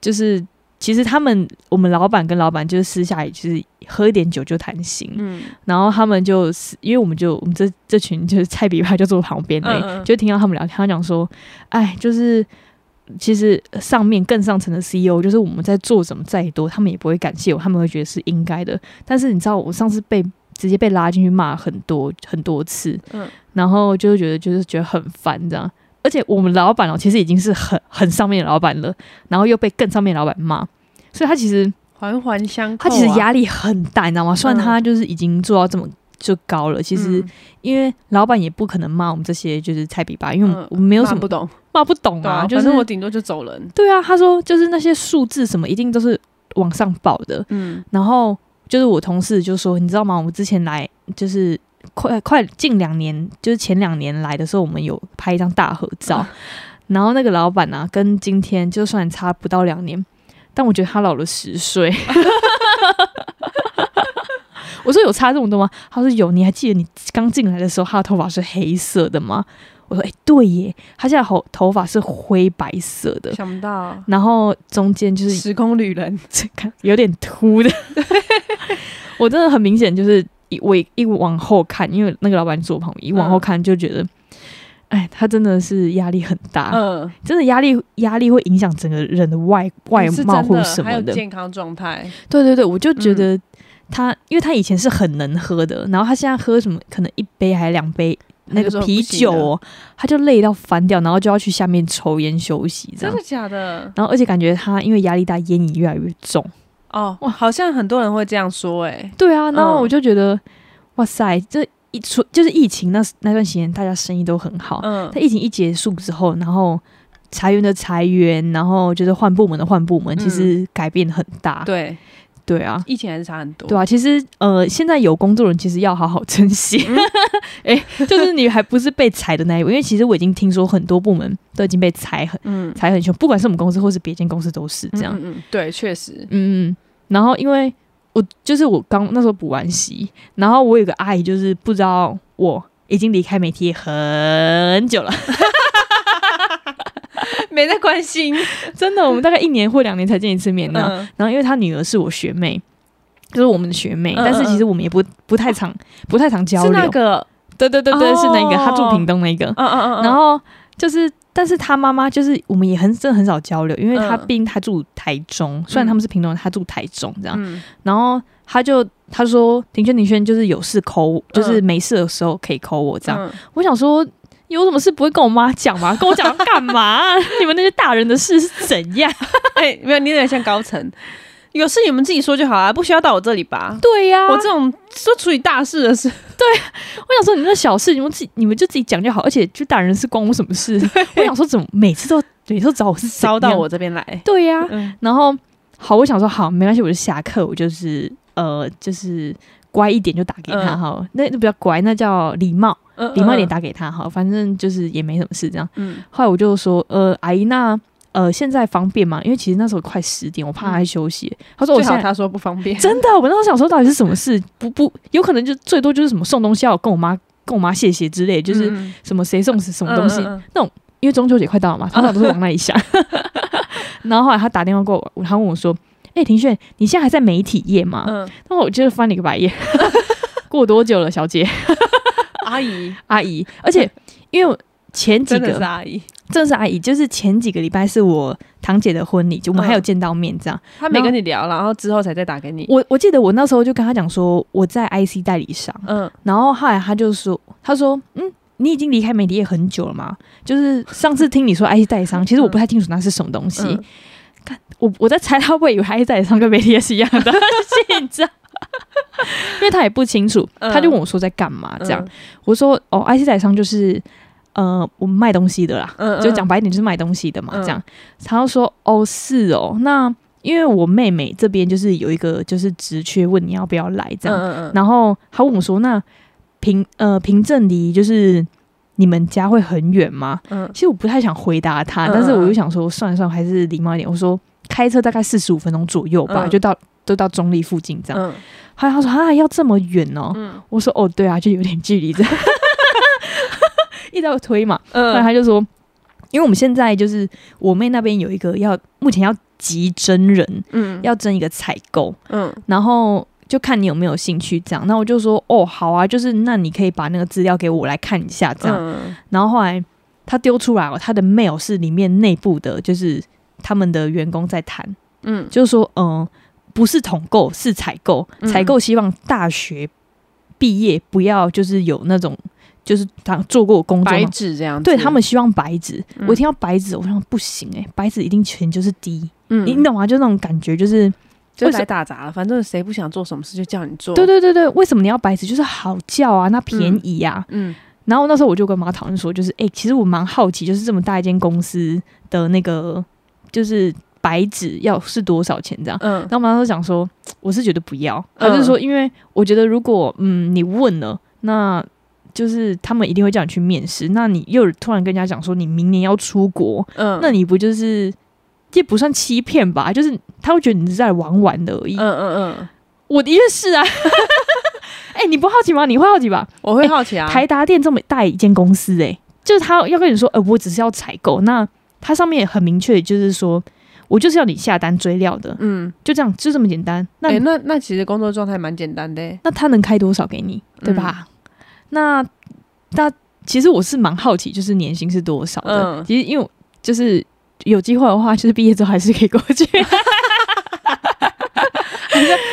Speaker 2: 就是，其实他们我们老板跟老板就是私下也就是喝一点酒就谈心，
Speaker 1: 嗯，
Speaker 2: 然后他们就是因为我们就我们这这群就是菜比派就坐旁边的、
Speaker 1: 嗯嗯
Speaker 2: 就听到他们聊天，他讲说，哎，就是其实上面更上层的 CEO，就是我们在做什么再多，他们也不会感谢我，他们会觉得是应该的。但是你知道，我上次被直接被拉进去骂很多很多次，
Speaker 1: 嗯
Speaker 2: 然后就是觉得就是觉得很烦这样。而且我们老板哦，其实已经是很很上面的老板了，然后又被更上面的老板骂，所以他其实
Speaker 1: 环环相扣、
Speaker 2: 他
Speaker 1: 啊。
Speaker 2: 其实压力很大，你知道吗？虽然
Speaker 1: 嗯
Speaker 2: 他就是已经做到这么就高了，其实
Speaker 1: 嗯
Speaker 2: 因为老板也不可能骂我们这些就是菜比吧，因为我们
Speaker 1: 嗯
Speaker 2: 我们没有
Speaker 1: 骂
Speaker 2: 什么
Speaker 1: 不懂，
Speaker 2: 骂不懂
Speaker 1: 对啊，
Speaker 2: 啊，就
Speaker 1: 反
Speaker 2: 是
Speaker 1: 正我顶多就走人。
Speaker 2: 对啊，他说就是那些数字什么一定都是往上报的，
Speaker 1: 嗯，
Speaker 2: 然后就是我同事就说，你知道吗？我们之前来就是快快近两年，就是前两年来的时候，我们有拍一张大合照。然后那个老板呢、啊，跟今天就算差不到两年，但我觉得他老了十岁。 我说有差这么多吗？他说有，你还记得你刚进来的时候，他的头发是黑色的吗？我说哎、对耶，他现在头头发是灰白色的，
Speaker 1: 想不到
Speaker 2: 然后中间就是
Speaker 1: 时空旅人，
Speaker 2: 这 看有点秃的， 我真的很明显就是一我一一往后看，因为那个老板坐我旁边，一往
Speaker 1: 嗯
Speaker 2: 后看就觉得，哎、他真的是压力很大，
Speaker 1: 嗯，
Speaker 2: 真的压力压力会影响整个人的外外
Speaker 1: 是
Speaker 2: 貌
Speaker 1: 真
Speaker 2: 或
Speaker 1: 的
Speaker 2: 什
Speaker 1: 还有
Speaker 2: 么的。
Speaker 1: 健嗯康状态，
Speaker 2: 对对对，我就觉得他，因为他以前是很能喝的，然后他现在喝什么可能一杯还两杯。
Speaker 1: 他
Speaker 2: 那
Speaker 1: 就
Speaker 2: 个
Speaker 1: 说不
Speaker 2: 啤
Speaker 1: 行
Speaker 2: 酒
Speaker 1: 了
Speaker 2: 哦，他就累到翻掉，然后就要去下面抽烟休息这
Speaker 1: 真
Speaker 2: 样
Speaker 1: 的。假的？
Speaker 2: 然后而且感觉他因为压力大，烟瘾越来越重。
Speaker 1: 哦，好像很多人会这样说、欸，哎，
Speaker 2: 对啊，然后
Speaker 1: 嗯
Speaker 2: 我就觉得，哇塞，这一出就是疫情那那段时间，大家生意都很好。
Speaker 1: 嗯
Speaker 2: 在，疫情一结束之后，然后裁员的裁员，然后就是换部门的换部门，
Speaker 1: 嗯
Speaker 2: 其实改变很大。
Speaker 1: 对，
Speaker 2: 对啊。
Speaker 1: 疫情还是差很多，
Speaker 2: 对啊，其实呃，现在有工作人其实要好好珍惜。
Speaker 1: 嗯
Speaker 2: 哎、就是你还不是被裁的那一位，因为其实我已经听说很多部门都已经被裁很
Speaker 1: 嗯，
Speaker 2: 裁很凶，不管是我们公司或是别间公司都是这样。
Speaker 1: 嗯，嗯嗯对，确实，
Speaker 2: 嗯，嗯，然后因为我就是我刚那时候补完习，然后我有个阿姨就是不知道我已经离开媒体很久了，
Speaker 1: 没在关 心，
Speaker 2: 真的，我们大概一年或两年才见一次面呢。
Speaker 1: 嗯
Speaker 2: 然后因为她女儿是我学妹，就是我们的学妹，
Speaker 1: 嗯嗯
Speaker 2: 但是其实我们也不不太常不太常交
Speaker 1: 是
Speaker 2: 流。
Speaker 1: 那个，
Speaker 2: 对对对对，
Speaker 1: 哦
Speaker 2: 是那个，她住屏东那个。
Speaker 1: 嗯嗯嗯，嗯
Speaker 2: 然后就是，但是她妈妈就是我们也很真的很少交流，因为她
Speaker 1: 嗯
Speaker 2: 毕竟她住台中，虽然他们是屏东人，她住台中这样。
Speaker 1: 嗯，
Speaker 2: 然后他就他说庭轩庭轩就是有事抠我，就是没事的时候可以抠我这样。
Speaker 1: 嗯，
Speaker 2: 我想说有什么事不会跟我妈讲 吗？跟我讲干嘛？你们那些大人的事是怎样？
Speaker 1: 哎，没有，你有点像高层，有事你们自己说就好啊，不需要到我这里吧。
Speaker 2: 对呀、
Speaker 1: 我
Speaker 2: 我
Speaker 1: 这种说处理大事 的事，
Speaker 2: 我想说你们那小事你们自己你们就自己讲就好，而且就大人是关我什 么事？我想说怎么每次都每次都找我是怎
Speaker 1: 烧到
Speaker 2: 样？
Speaker 1: 我这边来。
Speaker 2: 对呀、
Speaker 1: 嗯，
Speaker 2: 然后好，我想说好没关系，我就下课，我就是呃就是。乖一点就打给他
Speaker 1: 嗯
Speaker 2: 好，那那不叫乖，那叫礼貌，
Speaker 1: 嗯
Speaker 2: 礼貌一点，打给他好，反正就是也没什么事这样。
Speaker 1: 嗯
Speaker 2: 后来我就说，呃，阿姨，那呃现在方便吗？因为其实那时候快十点，我怕她休息。她说
Speaker 1: 嗯，
Speaker 2: 我
Speaker 1: 最
Speaker 2: 现
Speaker 1: 好
Speaker 2: 在
Speaker 1: 他说不方 便，
Speaker 2: 真的，我那时候想说到底是什么事，不不，有可能就最多就是什么送东西要我跟我妈跟我妈谢谢之类，就是
Speaker 1: 嗯
Speaker 2: 什么谁送什么东西。
Speaker 1: 嗯嗯嗯
Speaker 2: 因为中秋节快到了嘛，通常都是往那 里想。然后后来她打电话过我，她问我说：“哎、庭炫，你现在还在媒体业吗？”
Speaker 1: 嗯，
Speaker 2: 然后我就是翻了一个白 眼，过多久了，小姐？啊
Speaker 1: 阿姨，
Speaker 2: 阿姨，而且因为前几
Speaker 1: 真的
Speaker 2: 个
Speaker 1: 是阿姨，
Speaker 2: 正式阿姨就是前几个礼拜是我堂姐的婚礼，就我
Speaker 1: 嗯
Speaker 2: 们还有见到面这样。
Speaker 1: 他没跟你聊，然后之后才再打给你。
Speaker 2: 我我记得我那时候就跟她讲说我在 IC 代理商，
Speaker 1: 嗯，
Speaker 2: 然后后来她就说，她说嗯。你已经离开媒体业很久了嘛？就是上次听你说 IC 代理商，其实我不太清楚那是什么东西。
Speaker 1: 嗯
Speaker 2: 我我在猜他会不会以为 IC 代理商跟媒体业是一样的东西，你知道？ 因为他也不清楚，
Speaker 1: 嗯
Speaker 2: 他就问我说在干嘛啊这样。
Speaker 1: 嗯
Speaker 2: 我说哦，IC 代理商就是呃，我们卖东西的啦，
Speaker 1: 嗯
Speaker 2: 就讲白一点就是卖东西的嘛，
Speaker 1: 嗯
Speaker 2: 这样。然后说哦，是哦，那因为我妹妹这边就是有一个就是职缺，问你要不要来这样。
Speaker 1: 嗯嗯
Speaker 2: 然后他问我说，那平呃平镇离就是你们家会很远吗？
Speaker 1: 嗯
Speaker 2: 其实我不太想回答他，
Speaker 1: 嗯
Speaker 2: 但是我又想说，算了算了，还是礼貌一点。我说开车大概四十五分钟左右吧，
Speaker 1: 嗯
Speaker 2: 就到都到中立附近这样。
Speaker 1: 嗯
Speaker 2: 后来他说啊，要这么远哦。
Speaker 1: 嗯
Speaker 2: 我说哦，对啊，就有点距离这样， 一直在推嘛。后来
Speaker 1: 嗯，
Speaker 2: 他就说，因为我们现在就是我妹那边有一个要目前要集真人，
Speaker 1: 嗯
Speaker 2: 要争一个采购，
Speaker 1: 嗯
Speaker 2: 然后。就看你有没有兴趣这样，那我就说哦好啊，就是那你可以把那个资料给我来看一下这样，
Speaker 1: 嗯
Speaker 2: 然后后来他丢出来哦，他的 mail 是里面内部的，就是他们的员工在谈，
Speaker 1: 嗯
Speaker 2: 就是说，嗯、不是统购，是采购，
Speaker 1: 嗯
Speaker 2: 采购希望大学毕业不要就是有那种就是他做过工作
Speaker 1: 白
Speaker 2: 嘛。
Speaker 1: 纸这样子，
Speaker 2: 对他们希望白纸，
Speaker 1: 嗯
Speaker 2: 我一听到白纸，我想不行哎、白纸一定钱就是低，
Speaker 1: 嗯
Speaker 2: 你你懂吗？就那种感觉，就是
Speaker 1: 就
Speaker 2: 为什
Speaker 1: 来打杂了，反正谁不想做什么事就叫你做。
Speaker 2: 对，对对对，为什么你要白纸？就是好叫啊，那便宜呀、
Speaker 1: 嗯
Speaker 2: 然后那时候我就跟妈讨论说，就是哎、欸其实我蛮好奇，就是这么大一间公司的那个就是白纸要是多少钱这样。
Speaker 1: 嗯
Speaker 2: 然后妈就讲说，我是觉得不要，她
Speaker 1: 嗯
Speaker 2: 就是说，因为我觉得如果嗯你问了，那就是他们一定会叫你去面试，那你又突然跟人家讲说你明年要出国，
Speaker 1: 嗯，
Speaker 2: 那你不就是这不算欺骗吧？就是他会觉得你是在玩玩的而已。
Speaker 1: 嗯嗯嗯，
Speaker 2: 我的确是 啊，哎、你不好奇吗？你会好奇吧？
Speaker 1: 我会好奇啊，
Speaker 2: 哎台达电这么大一间公司、欸，就是他要跟你说，呃，我只是要采购，那它上面也很明确，就是说我就是要你下单追料的，
Speaker 1: 嗯，
Speaker 2: 就这样，就这么简单。那、
Speaker 1: 哎，那那其实工作状态蛮简单的欸，
Speaker 2: 那他能开多少给你，
Speaker 1: 嗯
Speaker 2: 对吧？那那其实我是蛮好奇，就是年薪是多少的。
Speaker 1: 嗯
Speaker 2: 其实因为我就是有机会的话，就是毕业之后还是可以过去。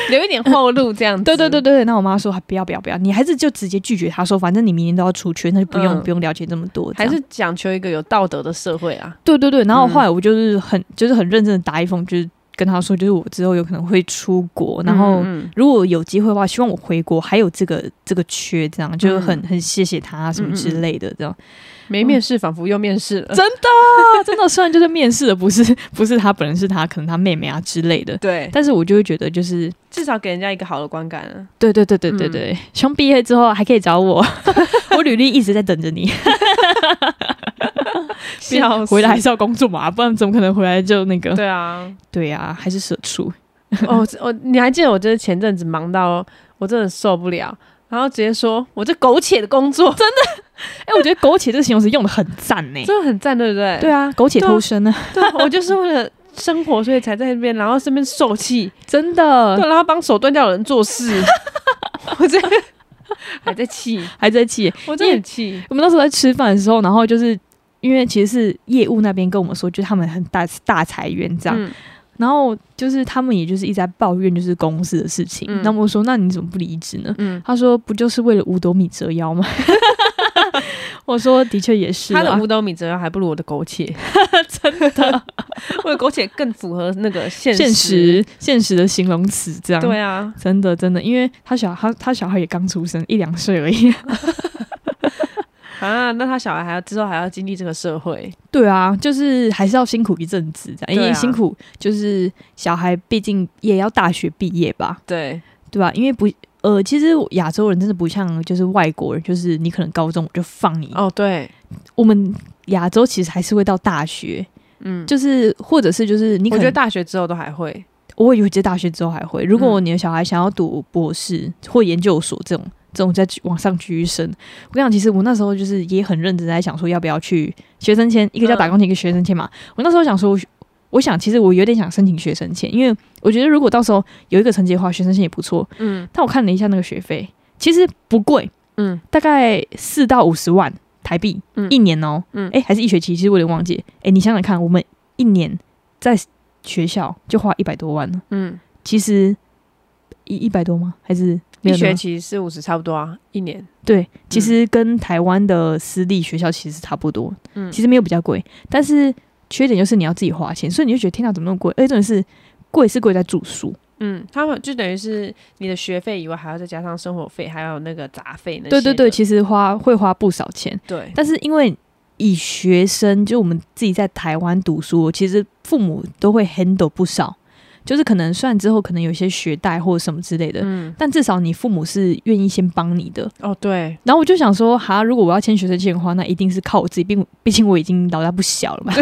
Speaker 1: 留一点后路这样子。
Speaker 2: 对对对，对，那我妈说不要不要不要，你还是就直接拒绝她说，反正你明年都要出去，那就不用、
Speaker 1: 嗯
Speaker 2: 不用了解这么多，这
Speaker 1: 还
Speaker 2: 样
Speaker 1: 是讲求一个有道德的社会啊。
Speaker 2: 对对对，然后
Speaker 1: 嗯
Speaker 2: 后来我就是很、就是很认真的打一封，就是跟他说，就是我之后有可能会出国，然后
Speaker 1: 嗯
Speaker 2: 如果有机会的话，希望我回国还有这个这个缺，这样就是很很谢谢他什么之类的，这样、
Speaker 1: 嗯没面试，仿佛又面试了。
Speaker 2: 真啊，真的虽然就是面试的不是不是他本人，是他可能他妹妹啊之类的，
Speaker 1: 对，
Speaker 2: 但是我就会觉得就是
Speaker 1: 至少给人家一个好的观感啊。
Speaker 2: 对对对对对对，希望毕业之后还可以找我， 我履历一直在等着你，
Speaker 1: 笑死
Speaker 2: 回来还是要工作嘛，不然怎么可能回来就那个
Speaker 1: 哦 对啊，
Speaker 2: 对啊，还是社畜，
Speaker 1: 哦，这哦，你还记得我就是前阵子忙到我真的受不了，然后直接说我这苟且的工作，真
Speaker 2: 哎、我觉得苟且这个形容词用的很赞呢、
Speaker 1: 的很赞，对不对？
Speaker 2: 对啊，苟且偷生呢、
Speaker 1: 对啊，我就是为了生活所以才在那边，然后身边受气，
Speaker 2: 真的
Speaker 1: 对，然后帮手断掉的人做 事，我这 还在气，
Speaker 2: 还在气。
Speaker 1: 我真的很气，
Speaker 2: 我们那时候在吃饭的时候，然后就是因为其实是业务那边跟我们说，就是他们很大大裁员这样，
Speaker 1: 嗯
Speaker 2: 然后就是他们也就是一直在抱怨就是公司的事情。
Speaker 1: 嗯
Speaker 2: 那、我说，那你怎么不离职呢？
Speaker 1: 嗯，
Speaker 2: 他说，不就是为了五斗米折腰吗？ 我说，的确也是、啊，
Speaker 1: 他的五斗米折腰还不如我的苟且，
Speaker 2: 真的
Speaker 1: 我的苟且更符合那个现
Speaker 2: 现实现实的形容词这样。
Speaker 1: 对啊，
Speaker 2: 真的真的，因为他小他他小孩也刚出生一两岁而已。
Speaker 1: 啊，那他小孩还要之后还要经历这个社会，
Speaker 2: 对啊，就是还是要辛苦一阵子这样，因
Speaker 1: 对
Speaker 2: 为
Speaker 1: 啊
Speaker 2: 辛苦就是小孩，毕竟也要大学毕业吧，
Speaker 1: 对，
Speaker 2: 对吧、因为不呃，其实亚洲人真的不像就是外国人，就是你可能高中我就放你，
Speaker 1: 哦对，
Speaker 2: 我们亚洲其实还是会到大学，
Speaker 1: 嗯，
Speaker 2: 就是或者是就是你可
Speaker 1: 我觉
Speaker 2: 能
Speaker 1: 得大学之后都还会，
Speaker 2: 我以为在大学之后还会，如果
Speaker 1: 嗯
Speaker 2: 你的小孩想要读博士或研究所这种这种再去往上继续升，我跟你讲，其实我那时候就是也很认真在想说要不要去学生签，一个叫打工签，一个学生签嘛。我那时候想
Speaker 1: 嗯
Speaker 2: 说，我我想其实我有点想申请学生签，因为我觉得如果到时候有一个成绩的话，学生签也不错。
Speaker 1: 嗯
Speaker 2: 但我看了一下那个学费，其实不贵，
Speaker 1: 嗯，
Speaker 2: 大概四到五十万台币，
Speaker 1: 嗯
Speaker 2: 一年哦、
Speaker 1: 嗯
Speaker 2: 哎、还是一学期，其实我有点忘记。哎、你想想看，我们一年在学校就花一百多万了，
Speaker 1: 嗯，
Speaker 2: 其实一一百多吗？还是
Speaker 1: 一
Speaker 2: 没有那么
Speaker 1: 学期四五十差不多啊，一年。
Speaker 2: 对，其实跟台湾的私立学校其实差不多，
Speaker 1: 嗯，
Speaker 2: 其实没有比较贵，但是缺点就是你要自己花钱，所以你就觉得天哪，怎么那么贵？而且重点是贵是贵在住宿，
Speaker 1: 嗯，他们就等于是你的学费以外，还要再加上生活费，还有那个杂费那些
Speaker 2: 对
Speaker 1: 的。
Speaker 2: 对对，其实花会花不少钱，
Speaker 1: 对，
Speaker 2: 但是因为以学生就我们自己在台湾读书，其实父母都会 handle 不少，就是可能算之后可能有些学贷或什么之类的，
Speaker 1: 嗯，
Speaker 2: 但至少你父母是愿意先帮你的，
Speaker 1: 哦对，
Speaker 2: 然后我就想说，哈，如果我要签学生签的话，那一定是靠我自己，并毕竟我已经老大不小 了嘛，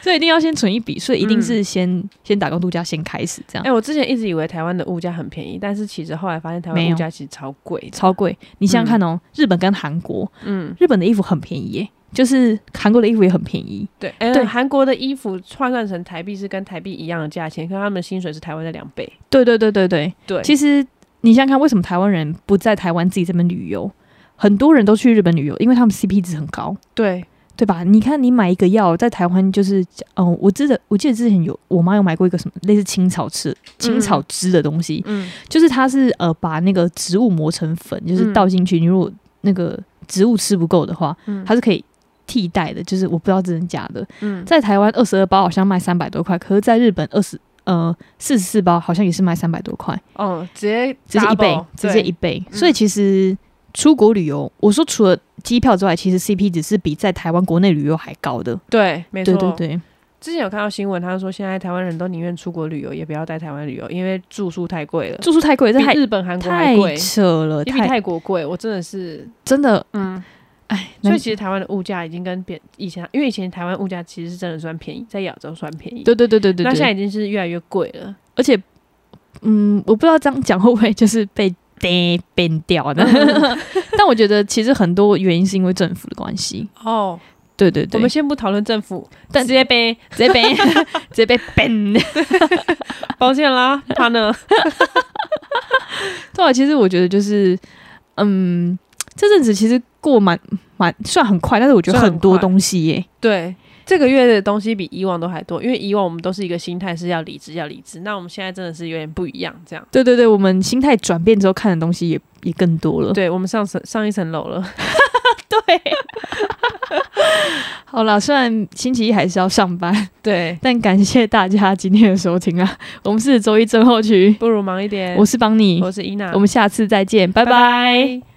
Speaker 2: 所以一定要先存一笔，所以一定是先、先打工度假先开始这样
Speaker 1: 哎、。我之前一直以为台湾的物价很便宜，但是其实后来发现台
Speaker 2: 没
Speaker 1: 湾
Speaker 2: 有
Speaker 1: 物价其实超贵的。
Speaker 2: 超贵，你想想看哦，日本跟韩国，
Speaker 1: 嗯，
Speaker 2: 日本的衣服很便宜耶，就是韩国的衣服也很便宜，
Speaker 1: 对，哎、
Speaker 2: 对
Speaker 1: 韩国的衣服换算成台币是跟台币一样的价钱，可是他们的薪水是台湾的两倍。
Speaker 2: 对对对对对。
Speaker 1: 对，
Speaker 2: 其实你想想看，为什么台湾人不在台湾自己这边旅游？很多人都去日本旅游，因为他们 CP 值很高。
Speaker 1: 对，
Speaker 2: 对吧？你看，你买一个药，在台湾就是，嗯，我记得我记得之前有我妈有买过一个什么类似青草吃青草汁的东西，
Speaker 1: 嗯
Speaker 2: 就是它是呃把那个植物磨成粉，就是
Speaker 1: 嗯
Speaker 2: 倒进去，你如果那个植物吃不够的话，
Speaker 1: 嗯，
Speaker 2: 它是可以替代的。就是我不知道真的假的，
Speaker 1: 嗯
Speaker 2: 在台湾二十二包好像卖三百多块，可是在日本二十呃四十四包好像也是卖三百多块，
Speaker 1: 哦，直接
Speaker 2: 直接一倍
Speaker 1: double，，
Speaker 2: 直接
Speaker 1: 对
Speaker 2: 一倍。
Speaker 1: 嗯
Speaker 2: 所以其实出国旅游，我说除了机票之外，其实 CP 值是比在台湾国内旅游还高的。
Speaker 1: 对，没错，
Speaker 2: 对对。对，
Speaker 1: 之前有看到新闻，他说现在台湾人都宁愿出国旅游，也不要在台湾旅游，因为住宿太贵了，
Speaker 2: 住宿太贵，这
Speaker 1: 比
Speaker 2: 太
Speaker 1: 日本、韩国还
Speaker 2: 太
Speaker 1: 贵，
Speaker 2: 扯了，
Speaker 1: 也比
Speaker 2: 太
Speaker 1: 泰国贵。我真的是，
Speaker 2: 真的，
Speaker 1: 嗯，
Speaker 2: 哎，
Speaker 1: 所
Speaker 2: 那
Speaker 1: 以其实台湾的物价已经跟别以前，因为以前台湾物价其实是真的算便宜，在亚洲算便宜，
Speaker 2: 对对对对对
Speaker 1: 那现在已
Speaker 2: 对，
Speaker 1: 经是越来越贵了。
Speaker 2: 而且，嗯，我不知道这样讲会不会就是被。被变 掉的，但我觉得其实很多原因是因为政府的关系。
Speaker 1: 哦，
Speaker 2: 对对对，
Speaker 1: 我们先不讨论政府，
Speaker 2: 但
Speaker 1: 直接被
Speaker 2: 直接 被直接被 ban
Speaker 1: 抱歉 啦，他呢？
Speaker 2: 对啊，其实我觉得就是，嗯，这阵子其实过蛮蛮算很快，但是我觉得
Speaker 1: 算
Speaker 2: 很
Speaker 1: 很
Speaker 2: 多
Speaker 1: 快
Speaker 2: 东西耶、
Speaker 1: 对，这个月的东西比以往都还多，因为以往我们都是一个心态是要离职要离职，那我们现在真的是有点不一样，这样。
Speaker 2: 对对对，我们心态转变之后看的东西也也更多了。
Speaker 1: 对我们上层上一层楼了，
Speaker 2: 对，好啦，虽然星期一还是要上班，
Speaker 1: 对，
Speaker 2: 但感谢大家今天的收听啊！我们是周一症候群，
Speaker 1: 不如忙一点。
Speaker 2: 我是邦尼
Speaker 1: 我，是伊娜，
Speaker 2: 我们下次再见，拜拜
Speaker 1: 拜拜